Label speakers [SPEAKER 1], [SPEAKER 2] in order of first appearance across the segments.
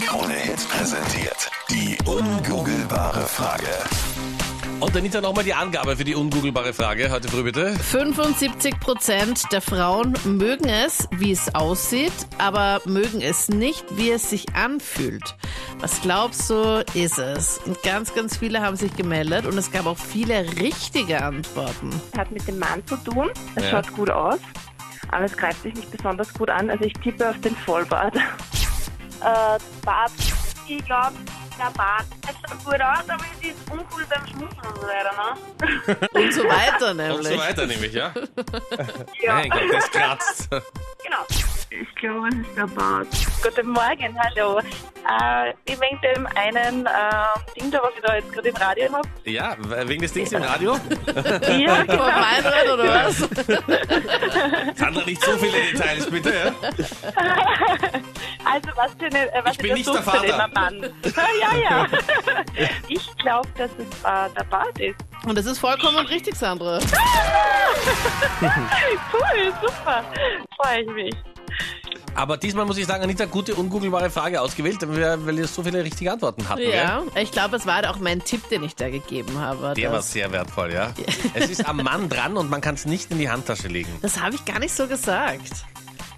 [SPEAKER 1] Welt präsentiert. Die ungoogelbare Frage.
[SPEAKER 2] Und Anita, nochmal die Angabe für die ungoogelbare Frage heute früh bitte.
[SPEAKER 3] 75 Prozent der Frauen mögen es, wie es aussieht, aber mögen es nicht, wie es sich anfühlt. Was glaubst du, ist es? Und ganz, ganz viele haben sich gemeldet und es gab auch viele richtige Antworten.
[SPEAKER 4] hat mit dem Mann zu tun. Es
[SPEAKER 2] Ja.
[SPEAKER 4] schaut gut aus, aber es greift sich nicht besonders gut an. Also ich tippe auf den Vollbart.
[SPEAKER 5] äh, Bart. Ich glaube, der Bart. Es schaut gut aus, aber es ist uncool beim Schmusen und so weiter, ne?
[SPEAKER 3] Und so weiter nämlich.
[SPEAKER 2] Und so weiter nämlich, ja? Mein Gott, das kratzt.
[SPEAKER 5] Genau.
[SPEAKER 4] Ich glaube, es ist der Bart.
[SPEAKER 6] Guten Morgen, hallo. Äh, ich wegen dem einen ähm, Ding da, was ich da jetzt gerade im Radio habe.
[SPEAKER 2] Ja, wegen des Dings im Radio.
[SPEAKER 6] Ja,
[SPEAKER 3] Vom Meinrad oder was?
[SPEAKER 2] Sandra, nicht so viele Details, bitte. Ja?
[SPEAKER 6] also was für eine, äh, was
[SPEAKER 2] Ich bin nicht der
[SPEAKER 6] Sucht für
[SPEAKER 2] Vater.
[SPEAKER 6] den Mann. ja, ja. ich glaube, dass es äh, der Bart ist.
[SPEAKER 3] Und das ist vollkommen richtig, Sandra.
[SPEAKER 6] Cool, super. Freue ich mich.
[SPEAKER 2] Aber diesmal muss ich sagen, Anita, gute, ungoogelbare Frage ausgewählt, weil wir so viele richtige Antworten hatten. Gell?
[SPEAKER 3] Ja, ich glaube, es war auch mein Tipp, den ich da gegeben habe.
[SPEAKER 2] Der war
[SPEAKER 3] Das-
[SPEAKER 2] sehr wertvoll, ja. Es ist am Mann dran und man kann es nicht in die Handtasche legen.
[SPEAKER 3] Das habe ich gar nicht so gesagt.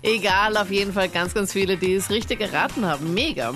[SPEAKER 3] Egal, auf jeden Fall ganz, ganz viele, die es richtig erraten haben. Mega.